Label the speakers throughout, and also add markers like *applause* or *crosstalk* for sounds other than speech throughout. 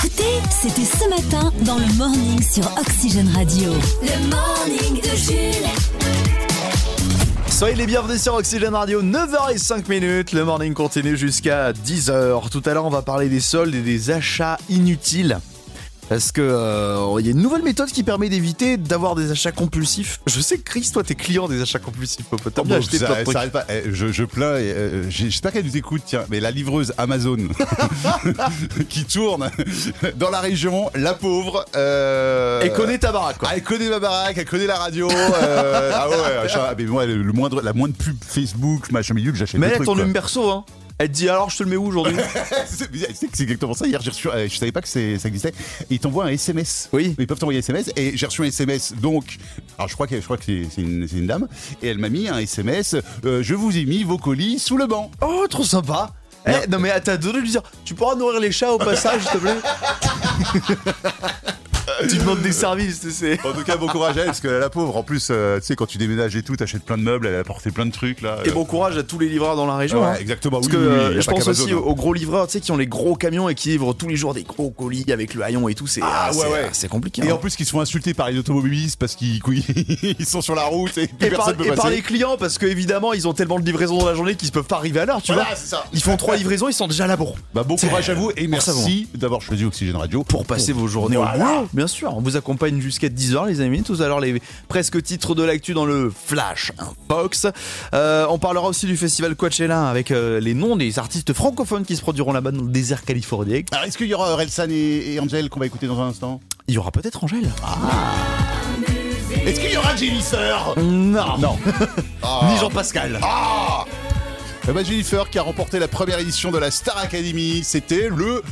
Speaker 1: C'était ce matin dans le morning sur Oxygène Radio. Le morning de Jules.
Speaker 2: Soyez les bienvenus sur Oxygène Radio, 9h05 minutes. Le morning continue jusqu'à 10h. Tout à l'heure, on va parler des soldes et des achats inutiles. Parce que il euh, y a une nouvelle méthode qui permet d'éviter d'avoir des achats compulsifs. Je sais que Chris, toi, t'es client des achats compulsifs, oh,
Speaker 3: T'as bien acheté ça, plein de pas. Je, je plains. Euh, J'espère qu'elle nous écoute. Tiens, mais la livreuse Amazon *laughs* qui tourne dans la région, la pauvre.
Speaker 2: Euh... Elle connaît ta baraque. Quoi.
Speaker 3: Ah, elle connaît ma baraque. Elle connaît la radio. ah ouais. Sais, mais moi, le moindre, la moindre pub Facebook, machin, milieu que j'achète.
Speaker 2: Mais elle a ton numéro perso, hein. Elle te dit alors je te le mets où aujourd'hui
Speaker 3: *laughs* C'est exactement ça. Hier, j'ai reçu, euh, je savais pas que ça existait. Ils t'envoient un SMS.
Speaker 2: Oui.
Speaker 3: Ils peuvent t'envoyer un SMS. Et j'ai reçu un SMS. Donc, alors je crois que je crois que c'est une, une, dame. Et elle m'a mis un SMS. Euh, je vous ai mis vos colis sous le banc.
Speaker 2: Oh, trop sympa. Eh, hey, non mais t'as donné lui dire, tu pourras nourrir les chats au passage, s'il te
Speaker 3: *laughs*
Speaker 2: plaît. tu demandes des services, tu sais.
Speaker 3: En tout cas, bon courage à elle, parce que la pauvre, en plus, euh, tu sais, quand tu déménages et tout, t'achètes plein de meubles, elle a apporté plein de trucs là. Euh...
Speaker 2: Et bon courage à tous les livreurs dans la région.
Speaker 3: Ouais, hein. Exactement.
Speaker 2: Parce
Speaker 3: oui,
Speaker 2: que
Speaker 3: oui,
Speaker 2: oui, je pense aussi aux gros livreurs, tu sais, qui ont les gros camions et qui livrent tous les jours des gros colis avec le haillon et tout. C'est
Speaker 3: ah, ouais,
Speaker 2: ouais. compliqué.
Speaker 3: Et hein. en plus, qu'ils se font insulter par les automobilistes parce qu'ils *laughs* ils sont sur la route et,
Speaker 2: et par, peut et par les clients parce que évidemment, ils ont tellement de livraisons dans la journée qu'ils peuvent pas arriver à l'heure, tu
Speaker 3: voilà,
Speaker 2: vois.
Speaker 3: Ça.
Speaker 2: Ils font trois livraisons, ils sont déjà à la bourre.
Speaker 3: Bah, bon courage à vous et merci d'avoir choisi Oxygène Radio
Speaker 2: pour passer vos journées au boulot. Bien sûr, on vous accompagne jusqu'à 10h les amis. Tout à l'heure les presque titres de l'actu dans le Flash Inbox. Euh, on parlera aussi du festival Coachella avec euh, les noms des artistes francophones qui se produiront là-bas dans le désert californien.
Speaker 3: Alors est-ce qu'il y aura euh, Relsan et, et Angel qu'on va écouter dans un instant
Speaker 2: Il y aura peut-être Angel.
Speaker 3: Ah. Est-ce qu'il y aura Jennifer
Speaker 2: Non.
Speaker 3: Non. *laughs*
Speaker 2: Ah. Ni Jean-Pascal.
Speaker 3: Ah bah Jennifer qui a remporté la première édition de la Star Academy, c'était le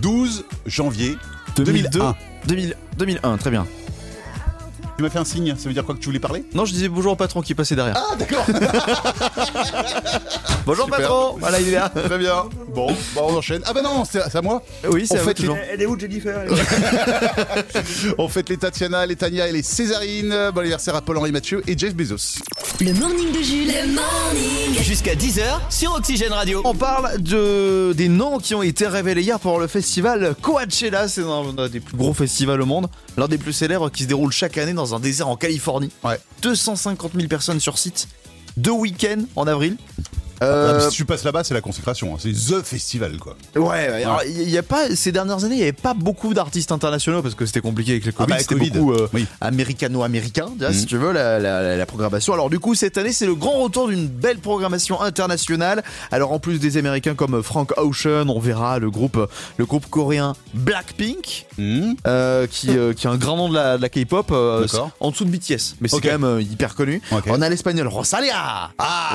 Speaker 3: 12 janvier 2002. 2001.
Speaker 2: 2000, 2001, très bien.
Speaker 3: Tu m'as fait un signe, ça veut dire quoi que tu voulais parler
Speaker 2: Non, je disais bonjour au patron qui est passé derrière.
Speaker 3: Ah, d'accord
Speaker 2: Bonjour Super. patron Voilà, il est là.
Speaker 3: *laughs* Très bien. Bon, bah on enchaîne. Ah, bah non, c'est à, à moi
Speaker 2: *laughs* Oui, c'est à
Speaker 3: fait,
Speaker 2: vous,
Speaker 4: les... Elle est où, Jennifer
Speaker 3: On fête les Tatiana, les Tania et les Césarines. Bon anniversaire à Paul-Henri Mathieu et Jeff Bezos.
Speaker 1: Le morning de Jules. Le morning
Speaker 5: Jusqu'à 10h sur Oxygène Radio.
Speaker 2: On parle de, des noms qui ont été révélés hier pour le festival Coachella. C'est un des plus gros festivals au monde. L'un des plus célèbres qui se déroule chaque année dans un désert en Californie.
Speaker 3: Ouais.
Speaker 2: 250 000 personnes sur site. Deux week-ends en avril.
Speaker 3: Euh... Ah, si tu passes là-bas, c'est la consécration. Hein. C'est The Festival, quoi.
Speaker 2: Ouais, il ouais. y a pas, ces dernières années, il n'y avait pas beaucoup d'artistes internationaux parce que c'était compliqué avec le Covid. Ah bah,
Speaker 3: c'était
Speaker 2: beaucoup
Speaker 3: euh, oui.
Speaker 2: américano-américain, mm -hmm. si tu veux, la, la, la, programmation. Alors, du coup, cette année, c'est le grand retour d'une belle programmation internationale. Alors, en plus des Américains comme Frank Ocean, on verra le groupe, le groupe coréen Blackpink,
Speaker 3: mm -hmm.
Speaker 2: euh, qui, qui, est un grand nom de la, la K-pop, euh, en dessous de BTS, mais c'est okay. quand même euh, hyper connu.
Speaker 3: Okay.
Speaker 2: On a l'espagnol Rosalia,
Speaker 3: ah,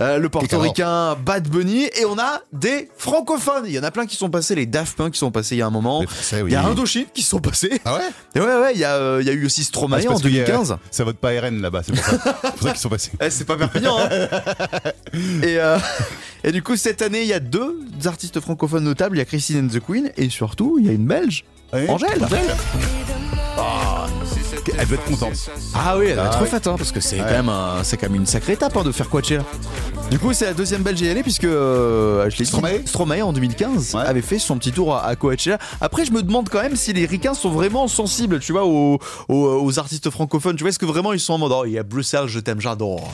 Speaker 2: euh, le portoricain Bad Bunny et on a des francophones. Il y en a plein qui sont passés, les Daft Punk qui sont passés il y a un moment.
Speaker 3: Français,
Speaker 2: oui. Il y a Indochine qui sont passés.
Speaker 3: Ah ouais
Speaker 2: et Ouais, ouais, il y, a, euh, il y a eu aussi Stromae ah, en 2015. A,
Speaker 3: ça vote pas RN là-bas, euh, c'est
Speaker 2: *laughs*
Speaker 3: pour ça, ça qu'ils sont passés.
Speaker 2: Eh, c'est pas Perpignan. *laughs* Hein. et, euh, et du coup, cette année, il y a deux artistes francophones notables. Il y a Christine and the Queen et surtout, il y a une Belge, oui. Angèle. Angèle.
Speaker 3: Oh, elle doit être contente.
Speaker 2: Ah oui, elle doit être ah, faite, hein, parce que c'est ouais. quand, même un, quand même une sacrée étape hein, de faire Coachella. Du coup, c'est la deuxième belge à y aller, E, puisque euh, je
Speaker 3: Stromae.
Speaker 2: Dit, Stromae en 2015 ouais. avait fait son petit tour à, à, Coachella. Après, je me demande quand même si les ricains sont vraiment sensibles, tu vois, aux, aux, aux artistes francophones. Tu vois, est-ce que vraiment ils sont en mode Oh, il y a Bruxelles, je t'aime, j'adore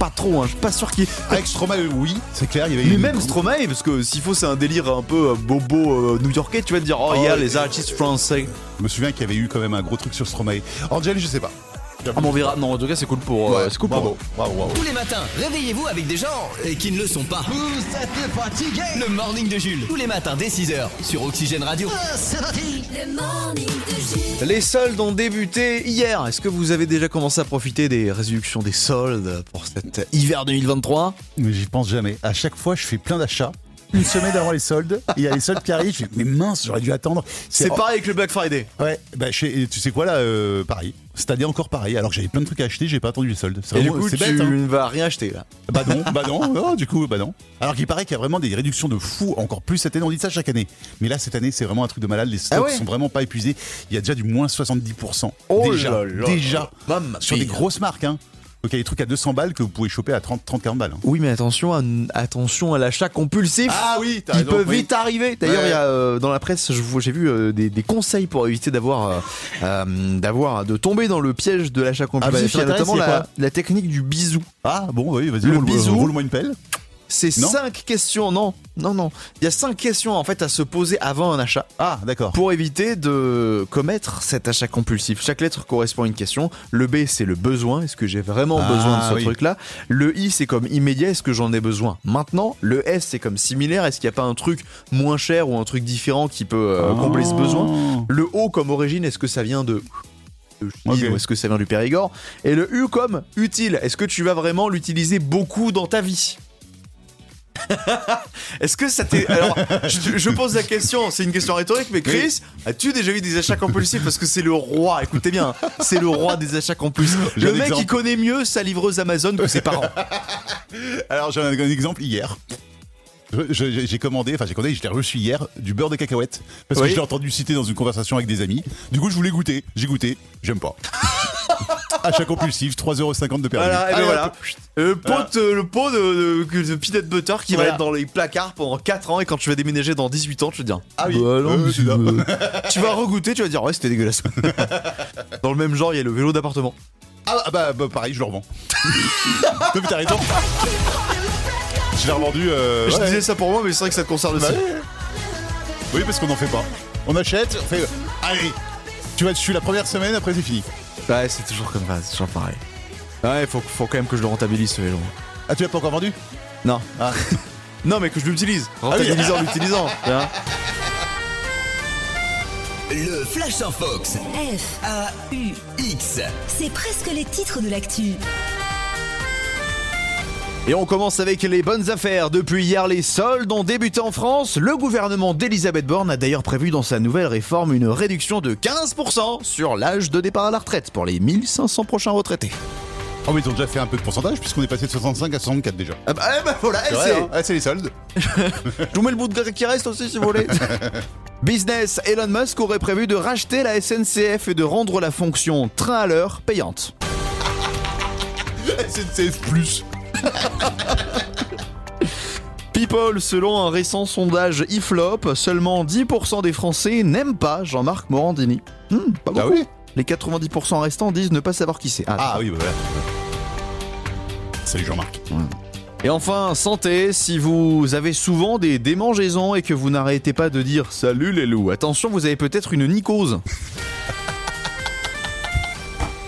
Speaker 2: pas trop, hein, je suis pas sûr qu'il.
Speaker 3: Avec Stromae, euh, oui, c'est clair. Il y
Speaker 2: avait Mais même Stromae, parce que s'il faut, c'est un délire un peu bobo euh, new-yorkais, tu vas te dire, oh, il oh, y a les artistes français.
Speaker 3: Je me souviens qu'il y avait eu quand même un gros truc sur Stromae. Angel, je sais pas.
Speaker 2: Ah, mais on verra. Non, en tout cas, c'est cool pour. Ouais, euh, cool
Speaker 3: bravo, bravo, bravo.
Speaker 5: Tous les matins, réveillez-vous avec des gens et qui ne le sont pas.
Speaker 6: Vous êtes fatigué.
Speaker 5: Le morning de Jules. Tous les matins dès 6h sur Oxygène Radio.
Speaker 6: Ah, c'est parti. Le morning
Speaker 2: de Jules. Les soldes ont débuté hier. Est-ce que vous avez déjà commencé à profiter des réductions des soldes pour cet hiver 2023
Speaker 3: Mais j'y pense jamais. À chaque fois, je fais plein d'achats une semaine avant les soldes. Il y a les soldes qui arrivent. Je fais, mais mince, j'aurais dû attendre.
Speaker 2: C'est pareil avec le Black Friday.
Speaker 3: Ouais, bah, chez, tu sais quoi là, euh, pareil. Cette année encore pareil. Alors que j'avais plein de trucs à acheter, j'ai pas attendu les soldes.
Speaker 2: Et vraiment, du coup, tu bête, hein. ne vas rien acheter là.
Speaker 3: Bah non, bah non, oh, du coup, bah non. Alors qu'il paraît qu'il y a vraiment des réductions de fou, encore plus cette année. On dit ça chaque année. Mais là, cette année, c'est vraiment un truc de malade. Les stocks
Speaker 2: ah ouais.
Speaker 3: sont vraiment pas épuisés. Il y a déjà du moins 70%.
Speaker 2: Oh
Speaker 3: déjà,
Speaker 2: là là
Speaker 3: déjà.
Speaker 2: Là
Speaker 3: sur des grosses marques, hein. Donc il y a des trucs à 200 balles que vous pouvez choper à 30-40 balles. hein.
Speaker 2: Oui, mais attention à, attention à l'achat compulsif.
Speaker 3: Ah oui, t'as
Speaker 2: qui
Speaker 3: raison,
Speaker 2: peut
Speaker 3: oui.
Speaker 2: vite arriver. D'ailleurs,
Speaker 3: Ouais.
Speaker 2: il y a, euh, dans la presse, je vous- j'ai vu euh, des, des conseils pour éviter d'avoir, euh, euh, d'avoir, de tomber dans le piège de l'achat
Speaker 3: bah,
Speaker 2: compulsif. il y
Speaker 3: ça
Speaker 2: a
Speaker 3: m'intéresse,
Speaker 2: notamment
Speaker 3: c'est
Speaker 2: la,
Speaker 3: quoi
Speaker 2: la technique du bisou.
Speaker 3: Ah bon, oui, vas-y,
Speaker 2: Le
Speaker 3: roule-
Speaker 2: bisou.
Speaker 3: roule-moi une pelle.
Speaker 2: C'est
Speaker 3: Non.
Speaker 2: cinq questions. Non, non, non. Il y a cinq questions en fait à se poser avant un achat
Speaker 3: Ah, d'accord.
Speaker 2: pour éviter de commettre cet achat compulsif. Chaque lettre correspond à une question. Le B, c'est le besoin. Est-ce que j'ai vraiment
Speaker 3: Ah,
Speaker 2: besoin de ce
Speaker 3: oui.
Speaker 2: truc-là Le I, c'est comme immédiat. Est-ce que j'en ai besoin maintenant Le S, c'est comme similaire. Est-ce qu'il n'y a pas un truc moins cher ou un truc différent qui peut euh, combler
Speaker 3: Oh. Ah.
Speaker 2: ce besoin Le O comme origine, est-ce que ça vient de de Chine
Speaker 3: Ok.
Speaker 2: ou est-ce que ça vient du Périgord Et le U comme utile, est-ce que tu vas vraiment l'utiliser beaucoup dans ta vie *laughs* Est-ce que ça t'est. Alors, je, je pose la question, c'est une question rhétorique, mais Chris, as-tu déjà eu des achats compulsifs Parce que c'est le roi, écoutez bien, hein, c'est le roi des achats compulsifs.
Speaker 3: J'ai
Speaker 2: Le
Speaker 3: un
Speaker 2: mec,
Speaker 3: exemple.
Speaker 2: il connaît mieux sa livreuse Amazon que ses parents.
Speaker 3: Alors j'en ai un exemple hier. Je- je- J'ai commandé, enfin j'ai commandé, je l'ai reçu hier, du beurre de cacahuète. Parce
Speaker 2: Oui.
Speaker 3: que je l'ai entendu citer dans une conversation avec des amis. Du coup, je voulais goûter. J'ai goûté.
Speaker 2: *laughs*
Speaker 3: J'aime pas. Achat compulsif, 3,50€ de perdu. Ah,
Speaker 2: Voilà, et ben
Speaker 3: Allez,
Speaker 2: voilà.
Speaker 3: hop.
Speaker 2: Le pot, de, le pot de, de- de peanut butter qui
Speaker 3: Voilà.
Speaker 2: va être dans les placards pendant 4 ans et quand tu vas déménager dans 18 ans, tu vas dire
Speaker 3: Ah oui.
Speaker 2: bah non,
Speaker 3: Euh,
Speaker 2: mais
Speaker 3: c'est là. *laughs*
Speaker 2: euh, tu vas regoûter, tu vas dire ouais, c'était dégueulasse. dans le même genre, il y a le vélo d'appartement.
Speaker 3: Ah bah, bah, pareil, je le revends. Ah, T'as vu, t'as raison. Je l'ai revendu. euh,
Speaker 2: Je
Speaker 3: ouais. Bah
Speaker 2: disais ça pour moi, mais c'est vrai que ça te concerne aussi.
Speaker 3: Oui, parce qu'on n'en fait pas. On achète, on fait. Allez, tu vas dessus la première semaine, après c'est fini.
Speaker 2: Ouais, c'est toujours comme ça, c'est toujours pareil. Ouais, faut, faut quand même que je le rentabilise ce vélo.
Speaker 3: Ah, tu l'as pas encore vendu
Speaker 2: Non.
Speaker 3: Ah.
Speaker 2: *laughs* Non, mais que je l'utilise. Rentabiliser en l'utilisant. tu vois.
Speaker 5: Le Flash en Fox.
Speaker 1: F,
Speaker 5: A-U-X.
Speaker 1: c'est presque les titres de l'actu.
Speaker 2: Et on commence avec les bonnes affaires. Depuis hier, les soldes ont débuté en France. Le gouvernement d'Elisabeth Borne a d'ailleurs prévu dans sa nouvelle réforme une réduction de 15% sur l'âge de départ à la retraite pour les 1500 prochains retraités.
Speaker 3: Oh, mais ils ont déjà fait un peu de pourcentage, puisqu'on est passé de 65 à 64 déjà.
Speaker 2: Ah bah, eh bah voilà, eh,
Speaker 3: C'est vrai,
Speaker 2: c'est-
Speaker 3: hein. Ah, c'est
Speaker 2: *laughs*
Speaker 3: les soldes.
Speaker 2: je vous mets le bout de grec qui reste aussi si vous
Speaker 3: *laughs*
Speaker 2: voulez. Business, Elon Musk aurait prévu de racheter la SNCF et de rendre la fonction train à l'heure payante.
Speaker 3: SNCF plus.
Speaker 2: People, selon un récent sondage IFLOP, seulement 10% des Français n'aiment pas Jean-Marc Morandini. Hmm, pas
Speaker 3: Ah
Speaker 2: beaucoup.
Speaker 3: oui
Speaker 2: Les 90% restants disent ne pas savoir qui c'est. Ah,
Speaker 3: Ah oui, bah voilà. Salut Jean-Marc.
Speaker 2: Et enfin, santé, si vous avez souvent des démangeaisons et que vous n'arrêtez pas de dire salut les loups, attention, vous avez peut-être une
Speaker 3: *laughs*
Speaker 2: mycose.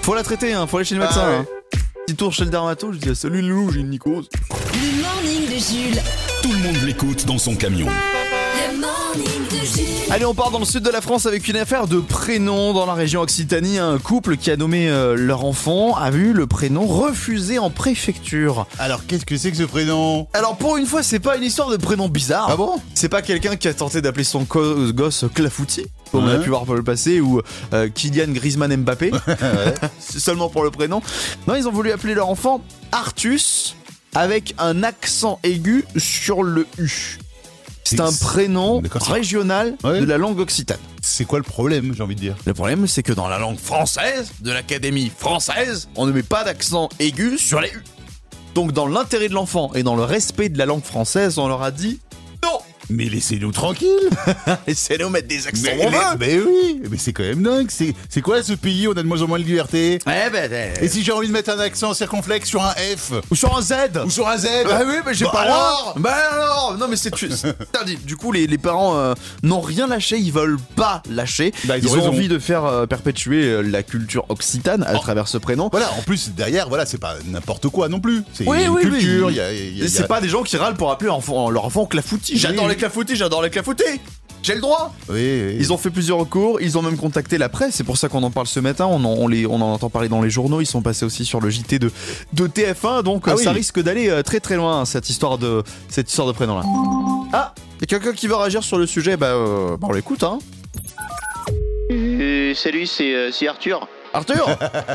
Speaker 2: faut la traiter, hein, faut aller chez le médecin.
Speaker 3: Ah ouais.
Speaker 2: hein. Petit tour chez le dermato, je dis salut les loups, j'ai une mycose.
Speaker 1: Le morning de Jules.
Speaker 5: Tout le monde l'écoute dans son camion.
Speaker 6: Le morning de Jules.
Speaker 2: Allez, on part dans le sud de la France avec une affaire de prénom dans la région Occitanie. Un couple qui a nommé euh, leur enfant a vu le prénom refusé en préfecture.
Speaker 3: Alors qu'est-ce que c'est que ce prénom
Speaker 2: Alors pour une fois, c'est pas une histoire de prénom bizarre.
Speaker 3: Ah bon
Speaker 2: C'est pas quelqu'un qui a tenté d'appeler son co- euh, gosse Clafouti, comme on a
Speaker 3: Ouais.
Speaker 2: pu voir par le passé, ou euh, Kylian Griezmann Mbappé, *laughs* C'est seulement pour le prénom. Non, ils ont voulu appeler leur enfant Artus avec un accent aigu sur le U. C'est un
Speaker 3: Ex-
Speaker 2: prénom
Speaker 3: D'accord, c'est-
Speaker 2: régional
Speaker 3: Ouais.
Speaker 2: de la langue occitane.
Speaker 3: C'est quoi le problème, j'ai envie de dire
Speaker 2: Le problème, c'est que dans la langue française, de l'académie française, on ne met pas d'accent aigu sur les U. Donc, dans l'intérêt de l'enfant et dans le respect de la langue française, on leur a dit *laughs* non
Speaker 3: Mais laissez-nous tranquille *laughs*
Speaker 2: Laissez-nous mettre des accents
Speaker 3: mais,
Speaker 2: on veut.
Speaker 3: mais oui Mais c'est quand même dingue C'est c'est quoi ce pays où on a de moins en moins de liberté
Speaker 2: Eh ben, eh,
Speaker 3: Et si j'ai envie de mettre un accent circonflexe sur un F
Speaker 2: ou sur un Z
Speaker 3: Ou sur un Z
Speaker 2: Bah oui, mais j'ai
Speaker 3: Bah
Speaker 2: pas le droit
Speaker 3: alors
Speaker 2: Bah alors Non mais c'est tu- c'est interdit. Du coup, les, les parents euh, n'ont rien lâché, ils veulent pas lâcher.
Speaker 3: Bah, ils ont raison.
Speaker 2: envie de faire euh, perpétuer euh, la culture occitane à travers ce prénom.
Speaker 3: Voilà, en plus, derrière, voilà, c'est pas n'importe quoi non plus. C'est
Speaker 2: Oui,
Speaker 3: une
Speaker 2: oui, oui.
Speaker 3: culture, il y a... il y a-
Speaker 2: Et
Speaker 3: il y a-
Speaker 2: c'est pas des gens qui râlent pour appeler leur enfant, leur enfant clafoutis. J'adore
Speaker 3: Oui.
Speaker 2: les clafoutis, j'adore les clafoutis J'ai le droit
Speaker 3: Oui, oui.
Speaker 2: Ils ont fait plusieurs recours, ils ont même contacté la presse, c'est pour ça qu'on en parle ce matin, on en, on les, on en entend parler dans les journaux, ils sont passés aussi sur le JT de, de TF1, donc
Speaker 3: Ah
Speaker 2: euh,
Speaker 3: oui.
Speaker 2: ça risque d'aller euh, très très loin cette histoire de, cette histoire de prénom là. Ah Il y a quelqu'un qui veut réagir sur le sujet, bah, euh, bah, on l'écoute hein.
Speaker 4: Euh, salut, c'est euh, c'est Arthur.
Speaker 2: *laughs* Arthur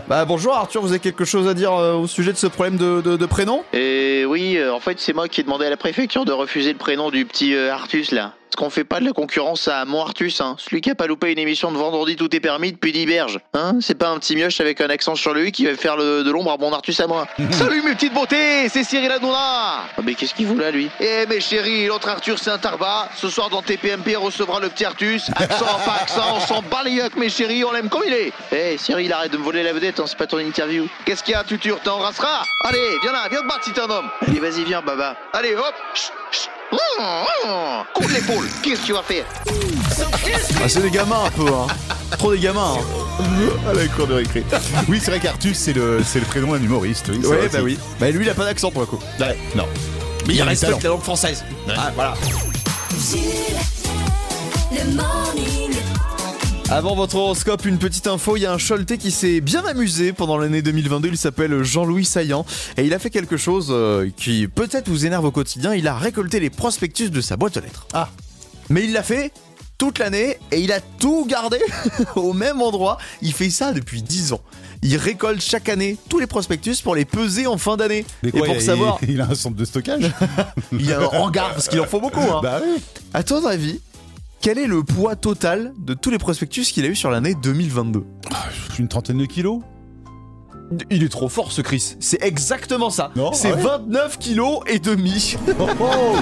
Speaker 2: Bah bonjour Arthur, vous avez quelque chose à dire euh, au sujet de ce problème de, de- de prénom
Speaker 4: Euh, oui, euh, en fait, c'est moi qui ai demandé à la préfecture de refuser le prénom du petit euh, Artus là. Parce parce qu'on fait pas de la concurrence à Montartus, hein. Celui qui a pas loupé une émission de vendredi tout est permis depuis d'Iberge, hein. C'est pas un petit mioche avec un accent sur lui qui va faire le- de l'ombre à Montartus à moi. Salut mes petites beautés, c'est Cyril Hanouna Ah, Mais qu'est-ce qu'il vous là lui Eh mes chéris, l'autre Arthur c'est un tarba. Ce soir dans TPMP on recevra le petit Artus. Accent, pas accent, on s'en bat les yeux, mes chéris, on l'aime comme il est. Eh Cyril, arrête de me voler la vedette, hein, c'est pas ton interview. Qu'est-ce qu'il y a, tuture, t'en rasseras Allez, viens là, viens te battre si t'es un homme. Allez, vas-y, viens, baba. Allez, hop, chut, chut. Hum, hum. Coup de l'épaule, qu'est-ce que tu vas faire
Speaker 2: Ah, c'est des gamins un peu, hein. Trop des gamins. hein.
Speaker 3: à la cour de récré. Oui, c'est vrai qu'Artus, c'est le, c'est le prénom d'un humoriste. Oui, c'est vrai, c'est-
Speaker 2: Bah lui, il a pas d'accent pour le coup.
Speaker 3: Ouais, non. Mais il, reste
Speaker 2: la langue française. Ah, voilà.
Speaker 6: Jules, le morning.
Speaker 2: Avant votre horoscope, une petite info, il y a un Choletais qui s'est bien amusé pendant l'année 2022, il s'appelle Jean-Louis Saillant, et il a fait quelque chose euh, qui peut-être vous énerve au quotidien, il a récolté les prospectus de sa boîte aux lettres.
Speaker 3: Ah.
Speaker 2: Mais il l'a fait toute l'année, et il a tout gardé *laughs* au même endroit, il fait ça depuis 10 ans. Il récolte chaque année tous les prospectus pour les peser en fin d'année.
Speaker 3: Mais quoi,
Speaker 2: et pour
Speaker 3: il, *laughs*
Speaker 2: savoir,
Speaker 3: Il a un centre
Speaker 2: *laughs*
Speaker 3: de stockage
Speaker 2: il y a un hangar, parce qu'il en faut beaucoup. Hein.
Speaker 3: Bah oui.
Speaker 2: À ton avis, quel est le poids total de tous les prospectus qu'il a eu sur l'année 2022
Speaker 3: Ah, Une trentaine de kilos
Speaker 2: Il est trop fort ce Chris. C'est exactement ça.
Speaker 3: Non,
Speaker 2: C'est
Speaker 3: ah ouais
Speaker 2: 29 kilos et demi.
Speaker 3: Oh, oh.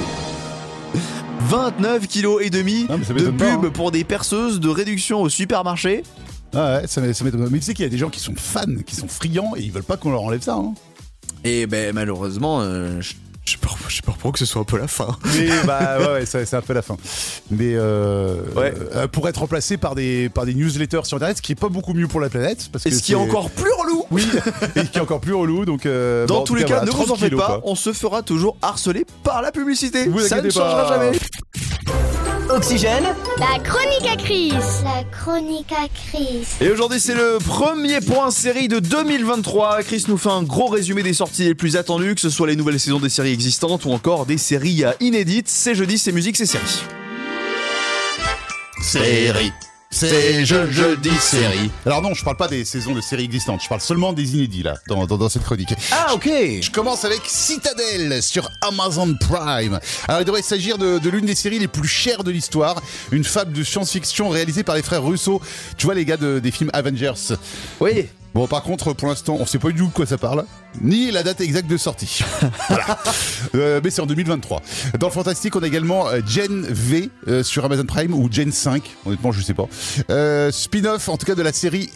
Speaker 2: 29 kilos et demi
Speaker 3: Non, mais ça
Speaker 2: de
Speaker 3: m'étonne pas,
Speaker 2: pub
Speaker 3: hein.
Speaker 2: pour des perceuses, de réduction au supermarché.
Speaker 3: Ah ouais, ça m'é- ça m'étonne. pas. Mais tu sais qu'il y a des gens qui sont fans, qui sont friands et ils veulent pas qu'on leur enlève ça. Hein.
Speaker 2: Et ben malheureusement, euh, je je sais pas, je sais pas pourquoi que ce soit un peu la fin.
Speaker 3: *laughs* Mais bah ouais, ouais, ça- c'est un peu la fin. Mais euh,
Speaker 2: Ouais.
Speaker 3: euh, pour être remplacé par des, par des newsletters sur internet, ce qui est pas beaucoup mieux pour la planète. Parce
Speaker 2: Et
Speaker 3: que
Speaker 2: ce qui est
Speaker 3: c'est-
Speaker 2: encore plus relou. *laughs*
Speaker 3: Oui, *laughs* et qui est encore plus relou. Donc, euh,
Speaker 2: Dans
Speaker 3: bon, en
Speaker 2: tous
Speaker 3: tout
Speaker 2: les cas,
Speaker 3: voilà,
Speaker 2: ne vous en
Speaker 3: 30
Speaker 2: faites
Speaker 3: kilos,
Speaker 2: pas,
Speaker 3: quoi.
Speaker 2: on se fera toujours harceler par la publicité.
Speaker 3: Vous
Speaker 2: ça ne
Speaker 3: inquiétez
Speaker 2: changera
Speaker 3: pas.
Speaker 2: jamais.
Speaker 5: Oxygène
Speaker 7: La chronique à Chris. La chronique à Chris.
Speaker 2: Et aujourd'hui, c'est le premier point série de 2023. Chris nous fait un gros résumé des sorties les plus attendues, que ce soit les nouvelles saisons des séries existantes ou encore des séries euh, inédites. C'est jeudi, c'est musique, c'est série.
Speaker 3: Série. C'est je, jeudi série. Alors non, je parle pas des saisons de séries existantes, je parle seulement des inédits là, dans, dans, dans cette chronique.
Speaker 2: Ah, ok
Speaker 3: Je commence avec Citadel sur Amazon Prime. Alors il devrait s'agir de, de l'une des séries les plus chères de l'histoire, une fable de science-fiction réalisée par les frères Russo. Tu vois les gars de- des films Avengers.
Speaker 2: Oui
Speaker 3: Bon, par contre, pour l'instant, on sait pas du tout de quoi ça parle, ni la date exacte de sortie.
Speaker 2: *laughs*
Speaker 3: voilà. Euh, mais c'est en 2023. Dans le fantastique, on a également euh, Gen V euh, sur Amazon Prime ou Gen 5, honnêtement, je sais pas. Euh, Spin-off, en tout cas, de la série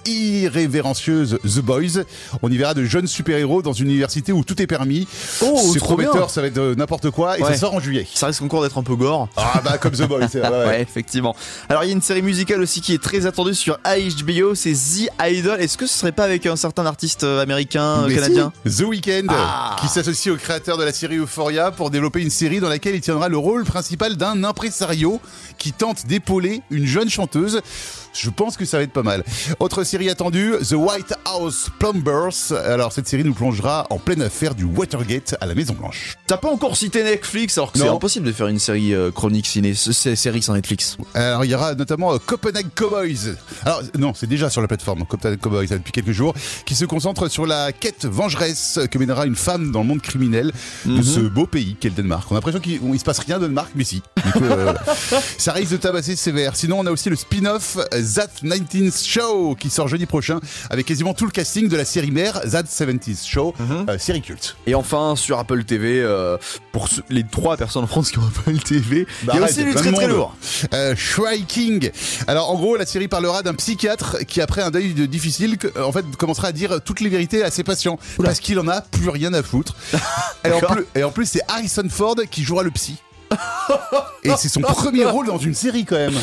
Speaker 3: irrévérencieuse The Boys. On y verra de jeunes super-héros dans une université où tout est permis.
Speaker 2: Oh,
Speaker 3: c'est
Speaker 2: trop
Speaker 3: prometteur,
Speaker 2: bien.
Speaker 3: ça va être euh, n'importe quoi, et
Speaker 2: Ouais.
Speaker 3: ça sort en juillet.
Speaker 2: Ça risque encore d'être un peu gore.
Speaker 3: Ah bah comme The Boys, c'est- ouais, ouais.
Speaker 2: Ouais, effectivement. Alors, il y a une série musicale aussi qui est très attendue sur HBO, c'est The Idol. Est-ce que ce serait pas avec un certain artiste euh, américain, euh,
Speaker 3: Mais
Speaker 2: canadien
Speaker 3: si, The Weeknd,
Speaker 2: Ah.
Speaker 3: qui s'associe au créateur de la série Euphoria pour développer une série dans laquelle il tiendra le rôle principal d'un impresario qui tente d'épauler une jeune chanteuse. Je pense que ça va être pas mal. Autre série attendue, The White House Plumbers. Alors cette série nous plongera en pleine affaire du Watergate à la Maison Blanche.
Speaker 2: T'as pas encore cité Netflix alors que c'est
Speaker 3: Non.
Speaker 2: impossible de faire une série euh, chronique ciné, c- c- série sans Netflix.
Speaker 3: Alors il y aura notamment euh, Copenhague Cowboys. Alors non, c'est déjà sur la plateforme Copenhague Cowboys hein, depuis quelques jours, qui se concentre sur la quête vengeresse que mènera une femme dans le monde criminel de
Speaker 2: Mhm.
Speaker 3: ce beau pays qu'est le Danemark. On a l'impression qu'il ne se passe rien au Danemark, mais si. Du coup, euh, ça risque de tabasser sévère. Sinon, on a aussi le spin-off euh, That 19th Show qui sort jeudi prochain avec quasiment tout le casting de la série mère That 70th Show, euh, série culte.
Speaker 2: Et enfin, sur Apple TV, euh, pour ceux- les trois personnes en France qui ont *laughs* Apple TV, il y a
Speaker 3: Bah arrête,
Speaker 2: aussi
Speaker 3: y a
Speaker 2: du
Speaker 3: plein
Speaker 2: très
Speaker 3: de
Speaker 2: très
Speaker 3: monde.
Speaker 2: lourd.
Speaker 3: Euh, Shriking. Alors en gros, la série parlera d'un psychiatre qui après un deuil de difficile, que- euh, en fait, commencera à dire toutes les vérités à ses patients parce qu'il en a plus rien à foutre. et, en
Speaker 2: D'accord.
Speaker 3: plus, et en plus, c'est Harrison Ford qui jouera le psy. et c'est son premier rôle dans une série quand même.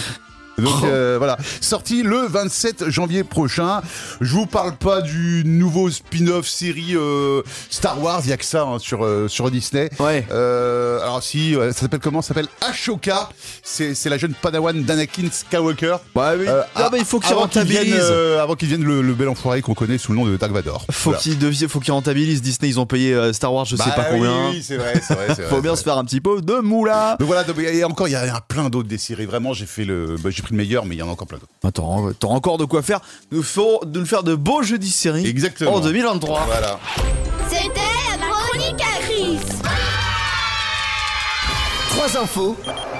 Speaker 3: Donc euh, voilà, sorti le 27 janvier prochain. Je vous parle pas du nouveau spin-off série euh, Star Wars, il y a que ça hein, sur euh, sur Disney.
Speaker 2: Ouais.
Speaker 3: Euh, alors si, euh, ça s'appelle comment Ça s'appelle Ashoka. C'est c'est la jeune padawan d'Anakin Skywalker.
Speaker 2: Bah oui.
Speaker 3: Euh,
Speaker 2: Ah,
Speaker 3: a-
Speaker 2: bah, il faut qu'il
Speaker 3: avant qu'il
Speaker 2: rentabilise.
Speaker 3: vienne, euh, avant qu'il vienne le, le bel enfoiré qu'on connaît sous le nom de Dark Vador.
Speaker 2: Faut
Speaker 3: Voilà.
Speaker 2: qu'ils devi- faut qu'ils rentabilisent. Disney, ils ont payé euh, Star Wars, je sais
Speaker 3: Bah
Speaker 2: pas
Speaker 3: oui,
Speaker 2: combien.
Speaker 3: oui, c'est vrai,
Speaker 2: *laughs*
Speaker 3: c'est vrai. c'est vrai,
Speaker 2: faut
Speaker 3: c'est
Speaker 2: bien
Speaker 3: vrai.
Speaker 2: se faire un petit peu de moula.
Speaker 3: Donc voilà, donc, et encore, il y a plein d'autres des séries. Vraiment, j'ai fait le, bah, j'ai pris le meilleur, mais il y en a encore plein d'autres.
Speaker 2: Attends, t'as encore de quoi faire. Nous faut de nous faire de beaux jeudis séries.
Speaker 3: Exactement.
Speaker 2: En 2023.
Speaker 3: Voilà.
Speaker 7: C'était la chronique à Chris.
Speaker 5: Trois infos,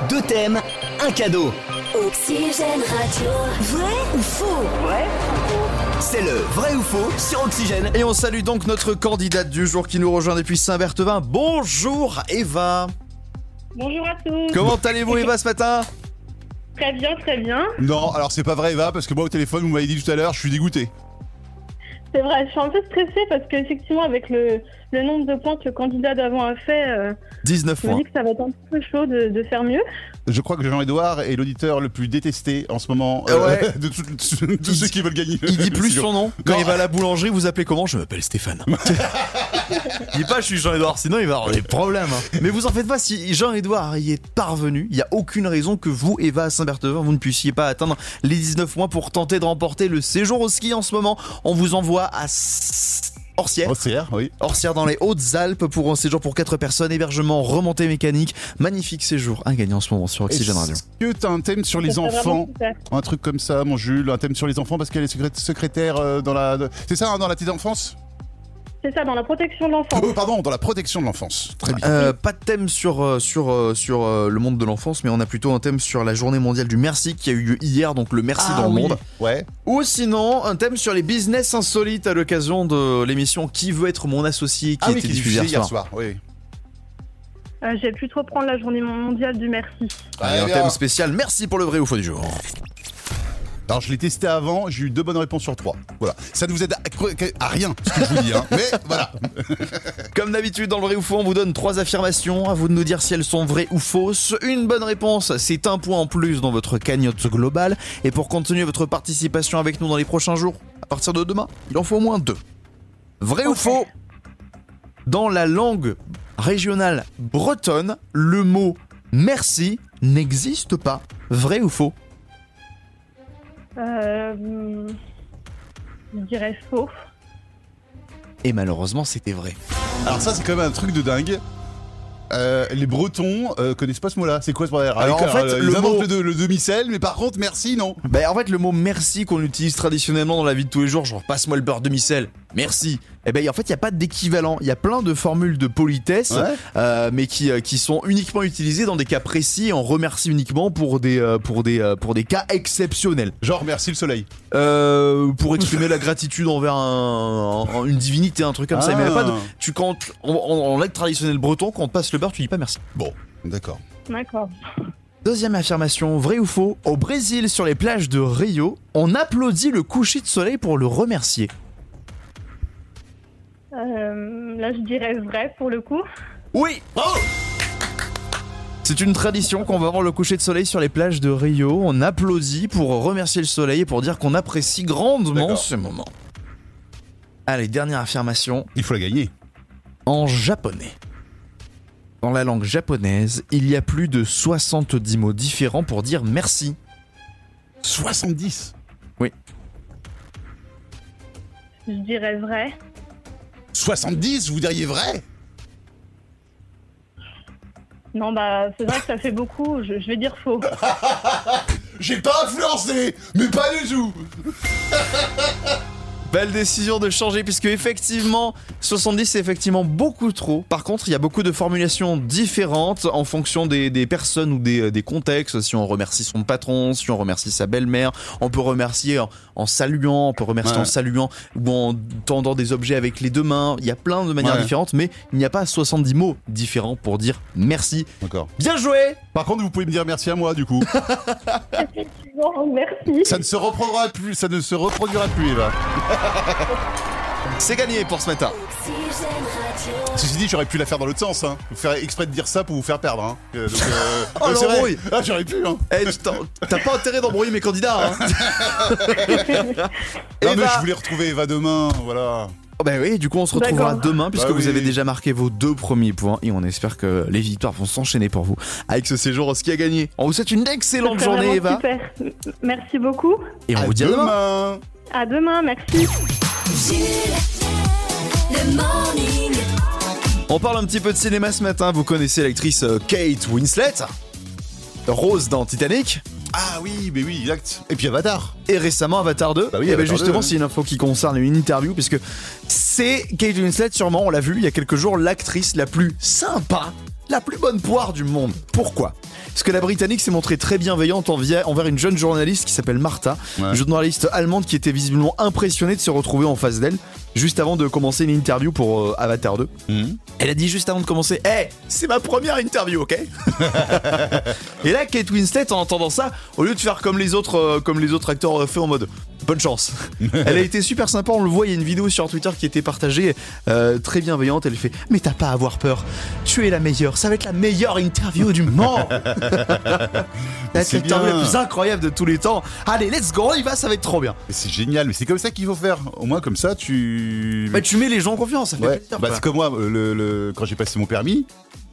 Speaker 5: deux thèmes, un cadeau.
Speaker 6: Oxygène Radio.
Speaker 1: Vrai ou faux
Speaker 5: C'est le vrai ou faux sur Oxygène.
Speaker 2: Et on salue donc notre candidate du jour qui nous rejoint depuis Saint-Berthevin. Bonjour Eva
Speaker 8: Bonjour à tous.
Speaker 2: Comment allez-vous Eva ce matin
Speaker 8: Très bien, très bien.
Speaker 3: Non, alors c'est pas vrai, Eva, parce que moi au téléphone, vous m'avez dit tout à l'heure, je suis dégoûté.
Speaker 8: C'est vrai, je suis un peu stressée parce que effectivement, avec le, le nombre de points que le candidat d'avant a fait, euh,
Speaker 2: 19
Speaker 8: je me
Speaker 2: points.
Speaker 8: dis que ça va être un petit peu chaud de, de faire mieux.
Speaker 3: Je crois que Jean-Edouard est l'auditeur le plus détesté en ce moment euh,
Speaker 2: Ah ouais.
Speaker 3: *laughs* de tout- de tous
Speaker 2: Il
Speaker 3: ceux
Speaker 2: dit-
Speaker 3: qui veulent gagner.
Speaker 2: Il dit plus
Speaker 3: C'est
Speaker 2: son nom. Quand il va à la boulangerie, vous appelez comment Je m'appelle *laughs* Stéphane. Il dit pas je suis Jean-Edouard, sinon il va avoir des problèmes. hein. Mais vous en faites pas, si Jean-Edouard y est parvenu, il n'y a aucune raison que vous, Eva à Saint-Berthevin, vous ne puissiez pas atteindre les 19 mois pour tenter de remporter le séjour au ski en ce moment. On vous envoie à S- Orsières.
Speaker 3: Oh, CR, oui.
Speaker 2: Orsières dans les Hautes-Alpes pour un séjour pour 4 personnes, hébergement, remontée mécanique. Magnifique séjour, un gagnant en ce moment sur Oxygène Radio.
Speaker 3: Est-ce que t'as un thème sur les
Speaker 8: Ça serait vraiment
Speaker 3: enfants
Speaker 8: super.
Speaker 3: Un truc comme ça, mon Jules, un thème sur les enfants parce qu'elle est secré- secrétaire euh, dans la. de- C'est ça, hein, dans la petite enfance
Speaker 8: C'est ça, dans la protection de l'enfant.
Speaker 3: Oh, Pardon, dans la protection de l'enfance. Très bien.
Speaker 2: Euh, pas de thème sur, euh, sur, euh, sur euh, le monde de l'enfance, mais on a plutôt un thème sur la journée mondiale du merci qui a eu lieu hier, donc le merci Ah,
Speaker 3: Ah
Speaker 2: dans le monde.
Speaker 3: Ouais.
Speaker 2: Ou sinon, un thème sur les business insolites à l'occasion de l'émission Qui veut être mon associé qui
Speaker 3: Ah oui,
Speaker 2: était
Speaker 3: qui est
Speaker 2: diffusée hier soir.
Speaker 3: Oui, oui.
Speaker 8: Euh, J'ai pu trop prendre la journée mondiale du merci.
Speaker 2: Allez, un
Speaker 3: Très bien.
Speaker 2: thème spécial, merci pour le vrai ou faux du jour.
Speaker 3: Alors je l'ai testé avant, j'ai eu deux bonnes réponses sur trois. Voilà. Ça ne vous aide à, à rien, ce que je vous dis.
Speaker 2: *laughs*
Speaker 3: hein. Mais voilà.
Speaker 2: Comme d'habitude, dans le vrai ou faux, on vous donne trois affirmations. À vous de nous dire si elles sont vraies ou fausses. Une bonne réponse, c'est un point en plus dans votre cagnotte globale. Et pour continuer votre participation avec nous dans les prochains jours, à partir de demain, il en faut au moins deux. Vrai ou faux Dans la langue régionale bretonne, le mot merci n'existe pas. Vrai ou faux
Speaker 8: Euh, hum, je dirais faux.
Speaker 2: Et malheureusement, c'était vrai.
Speaker 3: Alors ça, c'est quand même un truc de dingue. Euh, les Bretons euh, connaissent pas ce mot-là. C'est quoi ce bordel
Speaker 2: Alors, en fait,
Speaker 3: ils
Speaker 2: le
Speaker 3: inventent
Speaker 2: mot-
Speaker 3: le, de- le demi-sel, mais par contre, merci, non.
Speaker 2: Bah, en fait, le mot merci qu'on utilise traditionnellement dans la vie de tous les jours, genre passe-moi le beurre demi-sel, merci. Et ben, en fait, il n'y a pas d'équivalent. Il y a plein de formules de politesse,
Speaker 3: Ouais.
Speaker 2: euh, mais qui, euh, qui sont uniquement utilisées dans des cas précis. Et on remercie uniquement pour des, euh, pour des, euh, pour des cas exceptionnels.
Speaker 3: Genre, merci le soleil.
Speaker 2: Euh, pour exprimer la gratitude envers un- un- une divinité, un truc comme ça.
Speaker 3: Ah.
Speaker 2: Mais il y a pas de- tu, quand, en, en- en langue traditionnelle breton, quand on te passe le beurre, tu dis pas merci.
Speaker 3: D'accord.
Speaker 8: D'accord.
Speaker 2: Deuxième affirmation, vrai ou faux Au Brésil, sur les plages de Rio, on applaudit le coucher de soleil pour le remercier.
Speaker 8: Euh, là, je dirais vrai pour le coup.
Speaker 2: Oui C'est une tradition qu'on va voir le coucher de soleil sur les plages de Rio. On applaudit pour remercier le soleil et pour dire qu'on apprécie grandement
Speaker 3: D'accord.
Speaker 2: ce moment. Allez, dernière affirmation,
Speaker 3: Il faut la gagner.
Speaker 2: en japonais. Dans la langue japonaise, il y a plus de 70 mots différents pour dire merci.
Speaker 3: 70.
Speaker 8: Je dirais vrai.
Speaker 3: 70, vous diriez vrai
Speaker 8: Non, bah, c'est vrai que ça fait beaucoup. Je, je vais dire
Speaker 3: *laughs*
Speaker 8: faux.
Speaker 3: J'ai pas influencé, mais pas du tout.
Speaker 2: Belle décision de changer puisque effectivement 70 c'est effectivement beaucoup trop. Par contre il y a beaucoup de formulations différentes en fonction des, des personnes ou des, des contextes. Si on remercie son patron, si on remercie sa belle-mère, on peut remercier en, en saluant, on peut remercier
Speaker 3: Ouais.
Speaker 2: en saluant ou en tendant des objets avec les deux mains. Il y a plein de manières
Speaker 3: Ouais.
Speaker 2: différentes mais il n'y a pas 70 mots différents pour dire merci.
Speaker 3: D'accord.
Speaker 2: Bien joué
Speaker 3: Par contre, vous pouvez me dire merci à moi, du *laughs* coup.
Speaker 8: Bon, merci.
Speaker 3: ça ne se reproduira plus. Ça ne se reproduira plus, Eva.
Speaker 2: C'est gagné pour ce matin.
Speaker 6: Oxygène Radio.
Speaker 3: Ceci dit, j'aurais pu la faire dans l'autre sens. Hein. Vous faire exprès de dire ça pour vous faire perdre. Hein. Euh, *laughs* donc, euh,
Speaker 2: Oh,
Speaker 3: euh, c'est vrai.
Speaker 2: l'embrouille.
Speaker 3: Ah, j'aurais pu. Hein.
Speaker 2: Eh, tu t'en- T'as pas intérêt d'embrouiller mes candidats
Speaker 3: *laughs*
Speaker 2: hein.
Speaker 3: Non, mais
Speaker 2: Eva.
Speaker 3: je voulais retrouver Eva demain. Voilà.
Speaker 2: Oh Bah oui, du coup on se retrouvera
Speaker 8: D'accord.
Speaker 2: demain puisque
Speaker 3: Bah
Speaker 2: vous
Speaker 3: oui.
Speaker 2: avez déjà marqué vos deux premiers points et on espère que les victoires vont s'enchaîner pour vous avec ce séjour au ski à gagner. On vous souhaite une excellente
Speaker 8: C'est vraiment
Speaker 2: journée Eva
Speaker 8: Super. Merci beaucoup.
Speaker 2: et on
Speaker 3: À
Speaker 2: vous dit à demain.
Speaker 3: demain.
Speaker 8: À demain. Merci.
Speaker 6: Le morning.
Speaker 2: On parle un petit peu de cinéma ce matin, vous connaissez l'actrice euh, Kate Winslet, Rose dans Titanic
Speaker 3: Ah oui, mais oui, exact. Et puis Avatar.
Speaker 2: et récemment Avatar 2.
Speaker 3: Bah oui,
Speaker 2: et ben
Speaker 3: Avatar 2,
Speaker 2: justement
Speaker 3: ouais.
Speaker 2: c'est une info qui concerne une interview puisque c'est Kate Winslet sûrement, on l'a vu il y a quelques jours, l'actrice la plus sympa, la plus bonne poire du monde. Pourquoi Parce que la Britannique s'est montrée très bienveillante envia- envers une jeune journaliste qui s'appelle Martha,
Speaker 3: Ouais.
Speaker 2: une journaliste allemande qui était visiblement impressionnée de se retrouver en face d'elle, juste avant de commencer une interview pour euh, Avatar 2.
Speaker 3: Mhm.
Speaker 2: Elle a dit juste avant de commencer Hé, c'est ma première interview,
Speaker 3: *laughs*
Speaker 2: ok Et là, Kate Winslet, en entendant ça, au lieu de faire comme les autres, euh, comme les autres acteurs euh, fait en mode Bonne chance
Speaker 3: *laughs*
Speaker 2: Elle a été super sympa, on le voit, il y a une vidéo sur Twitter qui était partagée, euh, très bienveillante. Elle fait Mais t'as pas à avoir peur, tu es la meilleure, ça va être la meilleure interview du *laughs*
Speaker 3: *laughs*
Speaker 2: monde La
Speaker 3: C'est
Speaker 2: interview
Speaker 3: bien.
Speaker 2: la plus incroyable de tous les temps Allez, let's go, il va, ça va être trop bien
Speaker 3: Mais C'est génial, mais c'est comme ça qu'il faut faire. Au moins, comme ça, tu.
Speaker 2: Bah, tu mets les gens en confiance, ça fait
Speaker 3: Ouais.
Speaker 2: plaisir,
Speaker 3: Bah,
Speaker 2: quoi.
Speaker 3: c'est comme moi, euh, le, le- quand j'ai passé mon permis.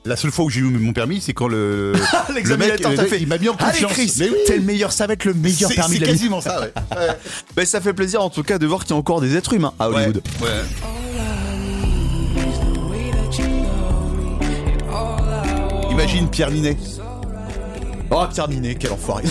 Speaker 3: La seule fois où j'ai eu mon permis, c'est
Speaker 2: *laughs*
Speaker 3: quand le.
Speaker 2: Ah,
Speaker 3: le mec,
Speaker 2: L'examinateur
Speaker 3: le
Speaker 2: t'a
Speaker 3: mec,
Speaker 2: fait. Ah,
Speaker 3: Il m'a mis en
Speaker 2: Allez
Speaker 3: confiance.
Speaker 2: Chris,
Speaker 3: Mais oui.
Speaker 2: t'es le meilleur, ça va être le meilleur
Speaker 3: C'est-
Speaker 2: permis
Speaker 3: C'est
Speaker 2: de la vie.
Speaker 3: quasiment ça,
Speaker 2: *laughs*
Speaker 3: ouais. Ouais.
Speaker 2: Mais ça fait plaisir en tout cas de voir qu'il y a encore des êtres humains à Hollywood.
Speaker 3: Ouais. Ouais. Imagine Pierre Ninet.
Speaker 2: Oh Pierre Ninet, quel *laughs* enfoiré.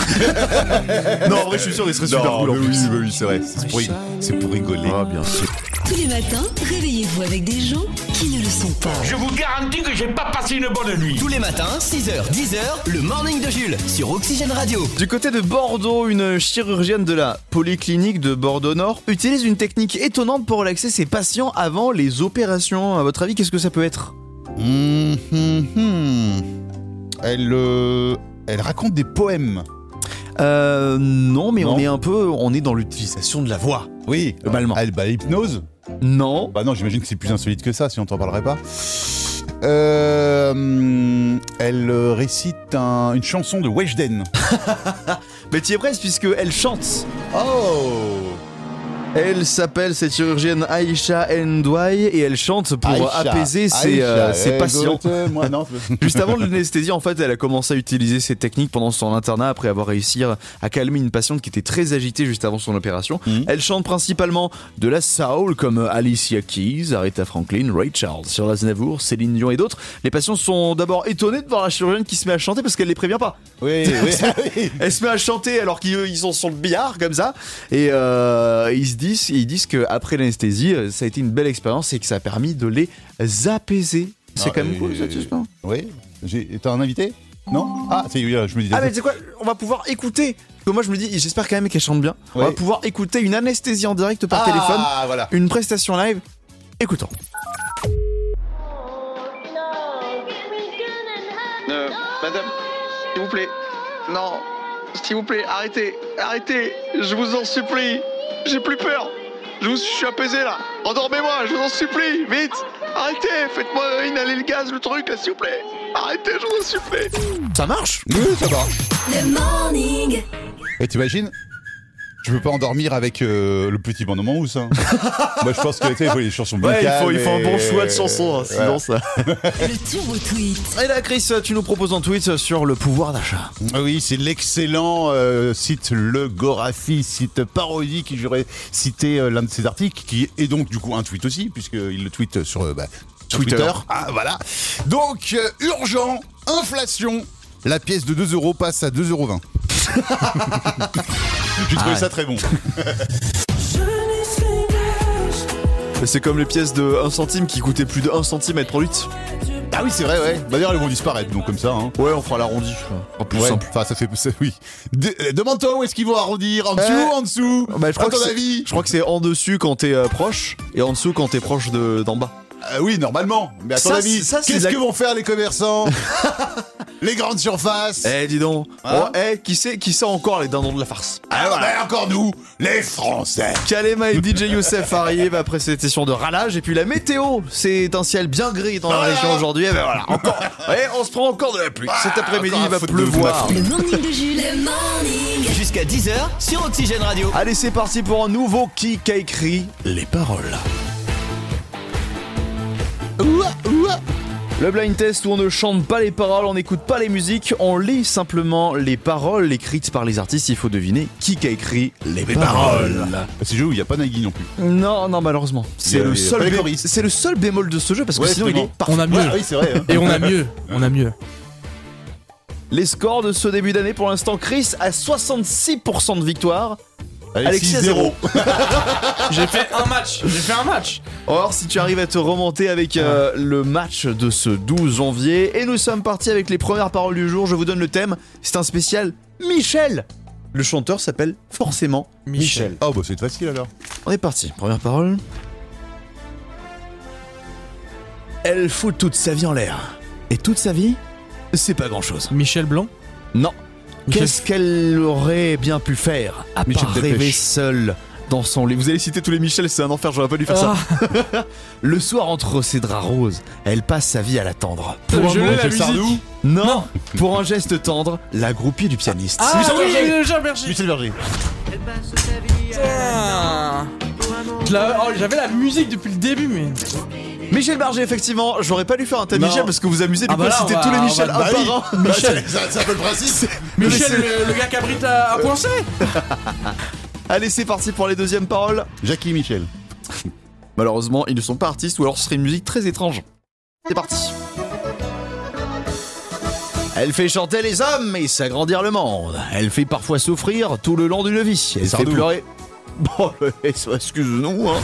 Speaker 2: non, en vrai, je suis sûr, il serait super cool. en
Speaker 3: mais
Speaker 2: plus.
Speaker 3: oui, mais oui, c'est vrai. C'est pour, rig- c'est pour rigoler. Ah, bien sûr.
Speaker 1: Tous les matins, réveillez-vous avec des gens qui ne le sont pas.
Speaker 9: Je vous garantis que j'ai pas passé une bonne nuit.
Speaker 5: Tous les matins, 6h, 10h, le morning de Jules sur Oxygène Radio.
Speaker 2: Du côté de Bordeaux, une chirurgienne de la polyclinique de Bordeaux-Nord utilise une technique étonnante pour relaxer ses patients avant les opérations. À votre avis, qu'est-ce que ça peut être
Speaker 3: Hum, hum, hum. Elle, euh, elle raconte des poèmes.
Speaker 2: Euh non, mais
Speaker 3: Non.
Speaker 2: on est un peu on est dans l'utilisation de la voix.
Speaker 3: Oui,
Speaker 2: Globalement.
Speaker 3: Elle, bah, l'hypnose.
Speaker 2: Non.
Speaker 3: Bah non, j'imagine que c'est plus insolite que ça, sinon t'en parlerait pas. Euh, hum, elle euh, récite un- une chanson de Weshden.
Speaker 2: Mais tu es presque puisque elle chante.
Speaker 3: Oh
Speaker 2: Elle s'appelle cette chirurgienne Aïcha Ndouai et elle chante pour
Speaker 3: Aïcha,
Speaker 2: apaiser ses,
Speaker 3: Aïcha, eh,
Speaker 2: euh, ses
Speaker 3: elle
Speaker 2: patients.
Speaker 3: doit être- moi, non.
Speaker 2: Juste avant l'anesthésie, en fait, elle a commencé à utiliser ces techniques pendant son internat après avoir réussi à calmer une patiente qui était très agitée juste avant son opération.
Speaker 3: Mhm.
Speaker 2: Elle chante principalement de la soul comme Alicia Keys, Aretha Franklin, Ray Charles, Sir Aznavour, Céline Dion et d'autres. Les patients sont d'abord étonnés de voir la chirurgienne qui se met à chanter parce qu'elle les prévient pas.
Speaker 3: oui,
Speaker 2: *laughs*
Speaker 3: Ah oui,
Speaker 2: Elle se met à chanter alors qu'ils eux, ils sont sur le billard comme ça et euh, ils se disent ils disent que après l'anesthésie euh, ça a été une belle expérience et que ça a permis de les apaiser. C'est
Speaker 3: Ah,
Speaker 2: quand même
Speaker 3: et-
Speaker 2: cool ça, tu sais pas
Speaker 3: oui. J'ai- T'as un invité Non Ah, c'est je me disais.
Speaker 2: Ah mais tu sais quoi, on va pouvoir écouter. Parce que moi je me dis, j'espère quand même qu'elle chante bien. On
Speaker 3: Ouais.
Speaker 2: va pouvoir écouter une anesthésie en direct par téléphone,
Speaker 3: Ah, voilà.
Speaker 2: une prestation live. Écoutons.
Speaker 4: Euh, madame, s'il vous plaît. Non, s'il vous plaît, arrêtez, arrêtez, je vous en supplie. J'ai plus peur. Je, vous, je suis apaisé là. Endormez-moi, je vous en supplie, vite. Arrêtez, faites-moi inhaler le gaz, le truc là, s'il vous plaît. Arrêtez, je vous en supplie.
Speaker 2: Ça marche
Speaker 3: Oui, ça marche.
Speaker 6: Le morning.
Speaker 3: Et t'imagines Je peux pas endormir avec euh, le petit band de mousse. *laughs* Hein. Moi, je pense que tu sais, il faut les chansons bien calmes et- Ouais.
Speaker 2: ça.
Speaker 1: Le turbo tweet.
Speaker 2: Et là Chris, tu nous proposes un tweet sur le pouvoir d'achat.
Speaker 3: Ah Oui, c'est l'excellent euh, site Le Gorafi, site parodie qui j'aurais cité euh, l'un de ses articles, qui est donc du coup un tweet aussi, puisqu'il le tweet sur euh, bah, Twitter.
Speaker 2: Twitter.
Speaker 3: Ah voilà. Donc, euh, urgent, inflation, la pièce de 2 euros passe à 2,20 euros. *laughs* Ah, J'ai trouvé ça très bon.
Speaker 2: C'est comme les pièces de 1 centime qui coûtaient plus de 1 centime à être produite.
Speaker 3: Ah oui, c'est vrai, ouais. Bah, D'ailleurs, elles vont disparaître, donc comme ça. Hein.
Speaker 2: Ouais, on fera l'arrondi. En plus
Speaker 3: Ouais.
Speaker 2: simple.
Speaker 3: Enfin, ça fait. ça- oui. De- euh, Demande-toi où est-ce qu'ils vont arrondir. En dessous,
Speaker 2: Eh.
Speaker 3: en dessous.
Speaker 2: Bah, je crois
Speaker 3: à
Speaker 2: que
Speaker 3: ton
Speaker 2: c'est-
Speaker 3: avis.
Speaker 2: Je crois que c'est en dessus quand t'es euh, proche et en dessous quand t'es proche de- d'en bas.
Speaker 3: Euh, oui, normalement. Mais à ton
Speaker 2: Ça,
Speaker 3: avis,
Speaker 2: c'est- ça, c'est
Speaker 3: qu'est-ce
Speaker 2: la-
Speaker 3: que vont faire
Speaker 2: *laughs*
Speaker 3: les commerçants Les grandes surfaces
Speaker 2: Eh dis donc.
Speaker 3: Hein
Speaker 2: Oh, eh qui sait qui sent encore les dindons de la farce
Speaker 3: Ah, bah, encore nous, les Français *laughs*
Speaker 2: Kalema et DJ Youssef arrivent après cette session de ralage et puis la météo, c'est un ciel bien gris dans la
Speaker 3: Voilà.
Speaker 2: région aujourd'hui. Et ben voilà, encore. Ouais, on se prend encore de la pluie. Cet après-midi,
Speaker 3: encore un
Speaker 2: il va
Speaker 3: foot de
Speaker 2: pleuvoir.
Speaker 1: Le morning de Jules.
Speaker 6: Le morning.
Speaker 5: Jusqu'à 10h sur Oxygène Radio.
Speaker 2: Allez, c'est parti pour un nouveau qui a écrit les paroles. Le blind test où on ne chante pas les paroles, on n'écoute pas les musiques, on lit simplement les paroles écrites par les artistes. Il faut deviner qui a écrit les, paroles.
Speaker 3: Bah, C'est jeu où il n'y a pas Nagui non plus.
Speaker 2: Non, non, malheureusement.
Speaker 3: Il
Speaker 2: C'est
Speaker 3: y a-
Speaker 2: le,
Speaker 3: il y a
Speaker 2: seul
Speaker 3: pas les
Speaker 2: bé-
Speaker 3: choristes.
Speaker 2: c'est le seul bémol de ce jeu parce que
Speaker 3: Ouais,
Speaker 2: sinon il
Speaker 3: justement.
Speaker 2: est parfait.
Speaker 10: On a mieux.
Speaker 3: Ah oui, c'est vrai. hein.
Speaker 10: Et on a mieux. On a mieux.
Speaker 2: Les scores de ce début d'année pour l'instant, Chris a 66% de victoire Alexis à zéro.
Speaker 10: J'ai fait un match. J'ai fait un match.
Speaker 2: Or, si tu arrives à te remonter avec euh, le match de ce 12 janvier, et nous sommes partis avec les premières paroles du jour, je vous donne le thème, c'est un spécial Michel Le chanteur s'appelle forcément Michel.
Speaker 3: Oh, bah c'est facile alors.
Speaker 2: On est parti, première parole. Elle fout toute sa vie en l'air. Et toute sa vie, c'est pas grand-chose.
Speaker 10: Michel Blanc.
Speaker 2: Non.
Speaker 10: Michel-
Speaker 2: Qu'est-ce qu'elle aurait bien pu faire à
Speaker 3: Michel
Speaker 2: part
Speaker 3: Delpech.
Speaker 2: rêver seule dans son lit Vous allez citer tous les Michel, c'est un enfer, j'aurais pas dû faire ça.
Speaker 10: Ah.
Speaker 2: *laughs* Le soir entre ses draps roses, elle passe sa vie à l'attendre.
Speaker 10: Pour
Speaker 2: un
Speaker 10: je
Speaker 2: mot-
Speaker 10: l'ai la
Speaker 3: Michel
Speaker 10: musique.
Speaker 3: Sardou.
Speaker 2: non, Pour un geste tendre, la groupie du pianiste.
Speaker 10: Ah
Speaker 3: Michel
Speaker 10: oui,
Speaker 3: Berger.
Speaker 10: Jean Berger.
Speaker 3: Michel Berger.
Speaker 10: Putain. Je l'avais- oh, J'avais la musique depuis le début, mais.
Speaker 2: Michel Barger, effectivement, j'aurais pas dû faire un tas
Speaker 3: Non.
Speaker 2: Michel parce que vous amusez du
Speaker 10: Ah
Speaker 2: coup
Speaker 10: bah
Speaker 2: à
Speaker 10: là, on
Speaker 2: citer
Speaker 10: va-
Speaker 2: tous les
Speaker 10: on va
Speaker 2: Michel un
Speaker 10: bah oui. *laughs*
Speaker 2: par un.
Speaker 3: Michel, c'est un peu le principe.
Speaker 10: Michel, le, le gars qui abrite à, à Poincet
Speaker 2: Euh. *laughs* Allez, c'est parti pour les deuxièmes paroles.
Speaker 3: Jackie Michel.
Speaker 2: Malheureusement, ils ne sont pas artistes ou alors ce serait une musique très étrange. C'est parti. Elle fait chanter les hommes et s'agrandir le monde. Elle fait parfois souffrir tout le long d'une vie. Elle fait
Speaker 3: Sardou.
Speaker 2: pleurer. Bon, le
Speaker 3: Eh,
Speaker 2: SO, excuse-nous. Hein.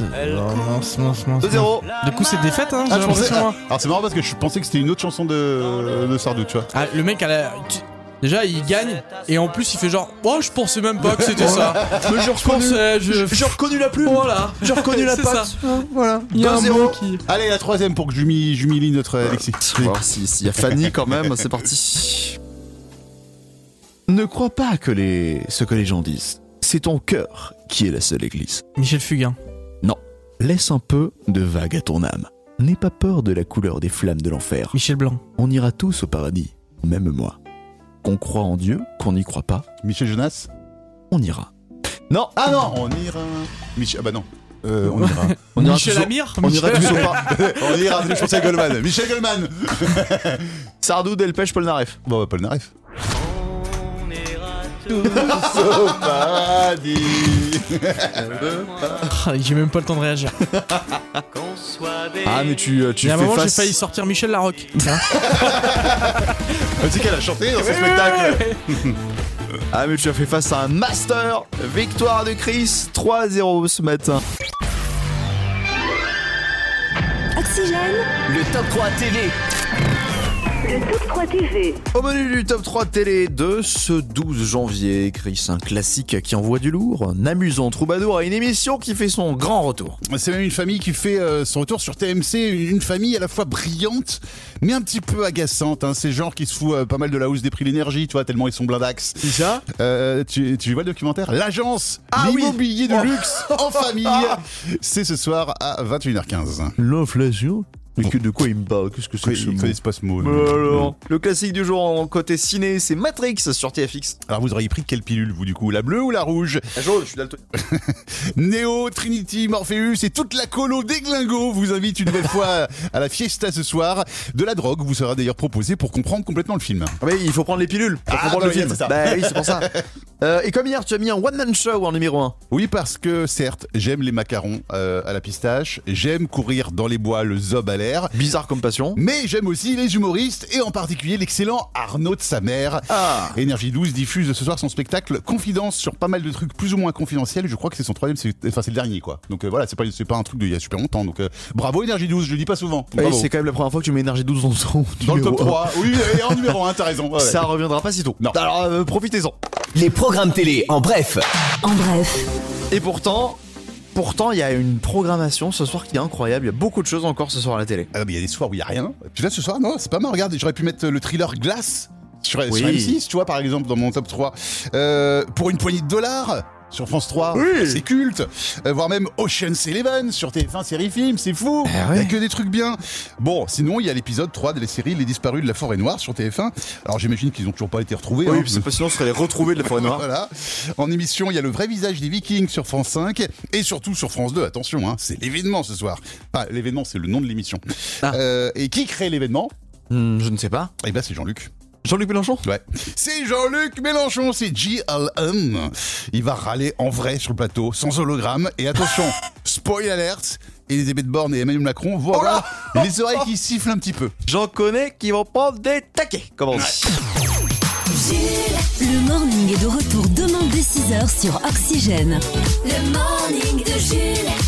Speaker 10: Oh mince, mince, mince.
Speaker 2: 2-0.
Speaker 10: Du coup, c'est des fêtes, hein, j'ai
Speaker 3: Ah, je pensais.
Speaker 10: l'impression, moi.
Speaker 3: Alors c'est marrant parce que je pensais que c'était une autre chanson de, de Sardou, tu vois.
Speaker 10: Ah, le mec, à la- tu- déjà, il gagne, et en plus, il fait genre, oh, je pensais même pas que c'était ça.
Speaker 2: *laughs*
Speaker 10: Mais je pensais, je.
Speaker 2: J'ai reconnu la plume.
Speaker 10: Voilà.
Speaker 2: J'ai reconnu la
Speaker 10: *laughs* C'est
Speaker 2: patte.
Speaker 10: ça.
Speaker 2: Voilà.
Speaker 10: Il y a un
Speaker 2: 2-0.
Speaker 10: mot qui.
Speaker 3: Allez, la troisième pour que j'humilie j'humilie notre euh, Alexis.
Speaker 2: On va voir si- s'il y a Fanny quand même, c'est parti. *laughs* Ne crois pas que les... ce que les gens disent. C'est ton cœur qui est la seule église.
Speaker 10: Michel Fugain.
Speaker 2: Laisse un peu de vague à ton âme. N'aie pas peur de la couleur des flammes de l'enfer.
Speaker 10: Michel Blanc.
Speaker 2: On ira tous au paradis, même moi. Qu'on croit en Dieu, qu'on n'y croit pas,
Speaker 3: Michel Jonas
Speaker 2: on ira. Non, ah non
Speaker 3: On ira. Michel, ah bah non. Euh, on
Speaker 10: *laughs*
Speaker 3: ira.
Speaker 2: On ira
Speaker 10: Michel
Speaker 2: tous au-
Speaker 10: Amir
Speaker 2: On ira
Speaker 10: Michel-
Speaker 2: tous au paradis.
Speaker 3: on ira. Je pensais à Goldman. Michel Goldman.
Speaker 2: Sardou, Delpech, Polnareff.
Speaker 3: Bon, bah, Paul Naref. Au paradis.
Speaker 10: Ah, J'ai même pas le temps de réagir.
Speaker 2: Ah mais tu, euh, tu
Speaker 10: Il y a un
Speaker 2: fais
Speaker 10: moment, j'ai
Speaker 2: face...
Speaker 10: failli sortir Michel Larocque.
Speaker 3: Tu sais qu'elle a chanté dans ce spectacle.
Speaker 2: Ah mais tu as fait face à un master Victoire de Chris 3-0 ce matin
Speaker 1: Oxygène,
Speaker 5: Le top 3 TV.
Speaker 2: Au menu du top 3 télé de ce 12 janvier, Chris, un classique qui envoie du lourd, un amusant troubadour à une émission qui fait son grand retour.
Speaker 3: C'est même une famille qui fait euh, son retour sur TMC, une famille à la fois brillante, mais un petit peu agaçante. Hein. C'est genre qui se fout euh, pas mal de la hausse des prix de l'énergie, tu vois, tellement ils sont blindax.
Speaker 2: ça
Speaker 3: Euh, tu, tu vois le documentaire L'agence,
Speaker 2: Ah oui.
Speaker 3: l'immobilier de luxe
Speaker 2: *laughs*
Speaker 3: en famille. C'est ce soir à 21h15.
Speaker 2: L'inflation Mais que de quoi Oh. il me parle Qu'est-ce que c'est que ce
Speaker 3: Ils
Speaker 2: mot
Speaker 3: connaissent pas ce mot. euh,
Speaker 2: Bah alors, le classique du jour en côté ciné, c'est Matrix sur TFX.
Speaker 3: Alors vous auriez pris quelle pilule vous du coup La bleue ou la rouge
Speaker 2: La jaune, je suis daltonien.
Speaker 3: Neo, Trinity, Morpheus et toute la colo des glingos vous invite une nouvelle fois à la fiesta ce soir. De la drogue vous sera d'ailleurs proposée pour comprendre complètement le film.
Speaker 2: Ah, Mais il faut prendre les pilules pour
Speaker 3: Ah,
Speaker 2: comprendre le
Speaker 3: bah oui,
Speaker 2: film.
Speaker 3: c'est ça.
Speaker 2: Bah oui, c'est
Speaker 3: *laughs*
Speaker 2: pour ça. Euh, et comme hier, tu as mis un one-man show en numéro 1.
Speaker 3: Oui parce que certes j'aime les macarons euh, à la pistache, j'aime courir dans les bois le zob à l'air,
Speaker 2: Bizarre comme passion.
Speaker 3: mais j'aime aussi les humoristes et en particulier l'excellent Arnaud de sa mère.
Speaker 2: Ah
Speaker 3: Énergie 12 diffuse ce soir son spectacle Confidence sur pas mal de trucs plus ou moins confidentiels. Je crois que c'est son troisième, c'est- enfin c'est le dernier quoi. Donc euh, voilà, c'est pas, c'est pas un truc d'il y a super longtemps. Donc euh, bravo Énergie 12, je le dis pas souvent.
Speaker 2: Et
Speaker 3: Bravo.
Speaker 2: c'est quand même la première fois que tu mets énergie 12 dans son
Speaker 3: Dans le top
Speaker 2: numéro un.
Speaker 3: 3, oui, et en numéro 1, t'as raison. ouais, ouais.
Speaker 2: Ça reviendra pas si tôt.
Speaker 3: Non.
Speaker 2: Alors euh, profitez-en.
Speaker 5: Les programmes télé en bref.
Speaker 1: en bref,
Speaker 2: Et pourtant, pourtant, il y a une programmation ce soir qui est incroyable. Il y a beaucoup de choses encore ce soir à la télé.
Speaker 3: Ah, mais il y a des soirs où il y a rien. Puis là, ce soir, non, c'est pas mal. Regarde, j'aurais pu mettre le thriller Glace sur, sur
Speaker 2: Oui.
Speaker 3: M6, tu vois, par exemple, dans mon top 3. Euh, pour une poignée de dollars sur France 3,
Speaker 2: Oui.
Speaker 3: c'est culte. Euh, voire même Ocean's Eleven sur TF1 série film, c'est fou. Il
Speaker 2: Eh ouais.
Speaker 3: y a que des trucs bien. Bon, sinon, il y a l'épisode 3 de la série Les Disparus de la Forêt Noire sur TF1. Alors, j'imagine qu'ils ont toujours pas été retrouvés.
Speaker 2: Oh,
Speaker 3: hein.
Speaker 2: sinon on serait les retrouver de la forêt
Speaker 3: Voilà. En émission, il y a le vrai visage des Vikings sur France 5 et surtout sur France 2. Attention, hein, c'est l'événement ce soir. Pas l'événement, c'est le nom de l'émission.
Speaker 2: Ah.
Speaker 3: Euh, et qui crée l'événement
Speaker 2: Hmm, je ne sais pas.
Speaker 3: Eh ben, c'est Jean-Luc.
Speaker 2: Jean-Luc Mélenchon
Speaker 3: Ouais. C'est Jean-Luc Mélenchon, c'est JLM. Il va râler en vrai sur le plateau, sans hologramme. Et attention, *laughs* spoil alert, Elisabeth Borne et Emmanuel Macron vont avoir les oreilles qui sifflent un petit peu.
Speaker 2: J'en connais qui vont prendre des taquets, comment on dit.
Speaker 1: Jules, le Le morning est de retour demain dès 6h sur Oxygène.
Speaker 6: Le morning de Jules.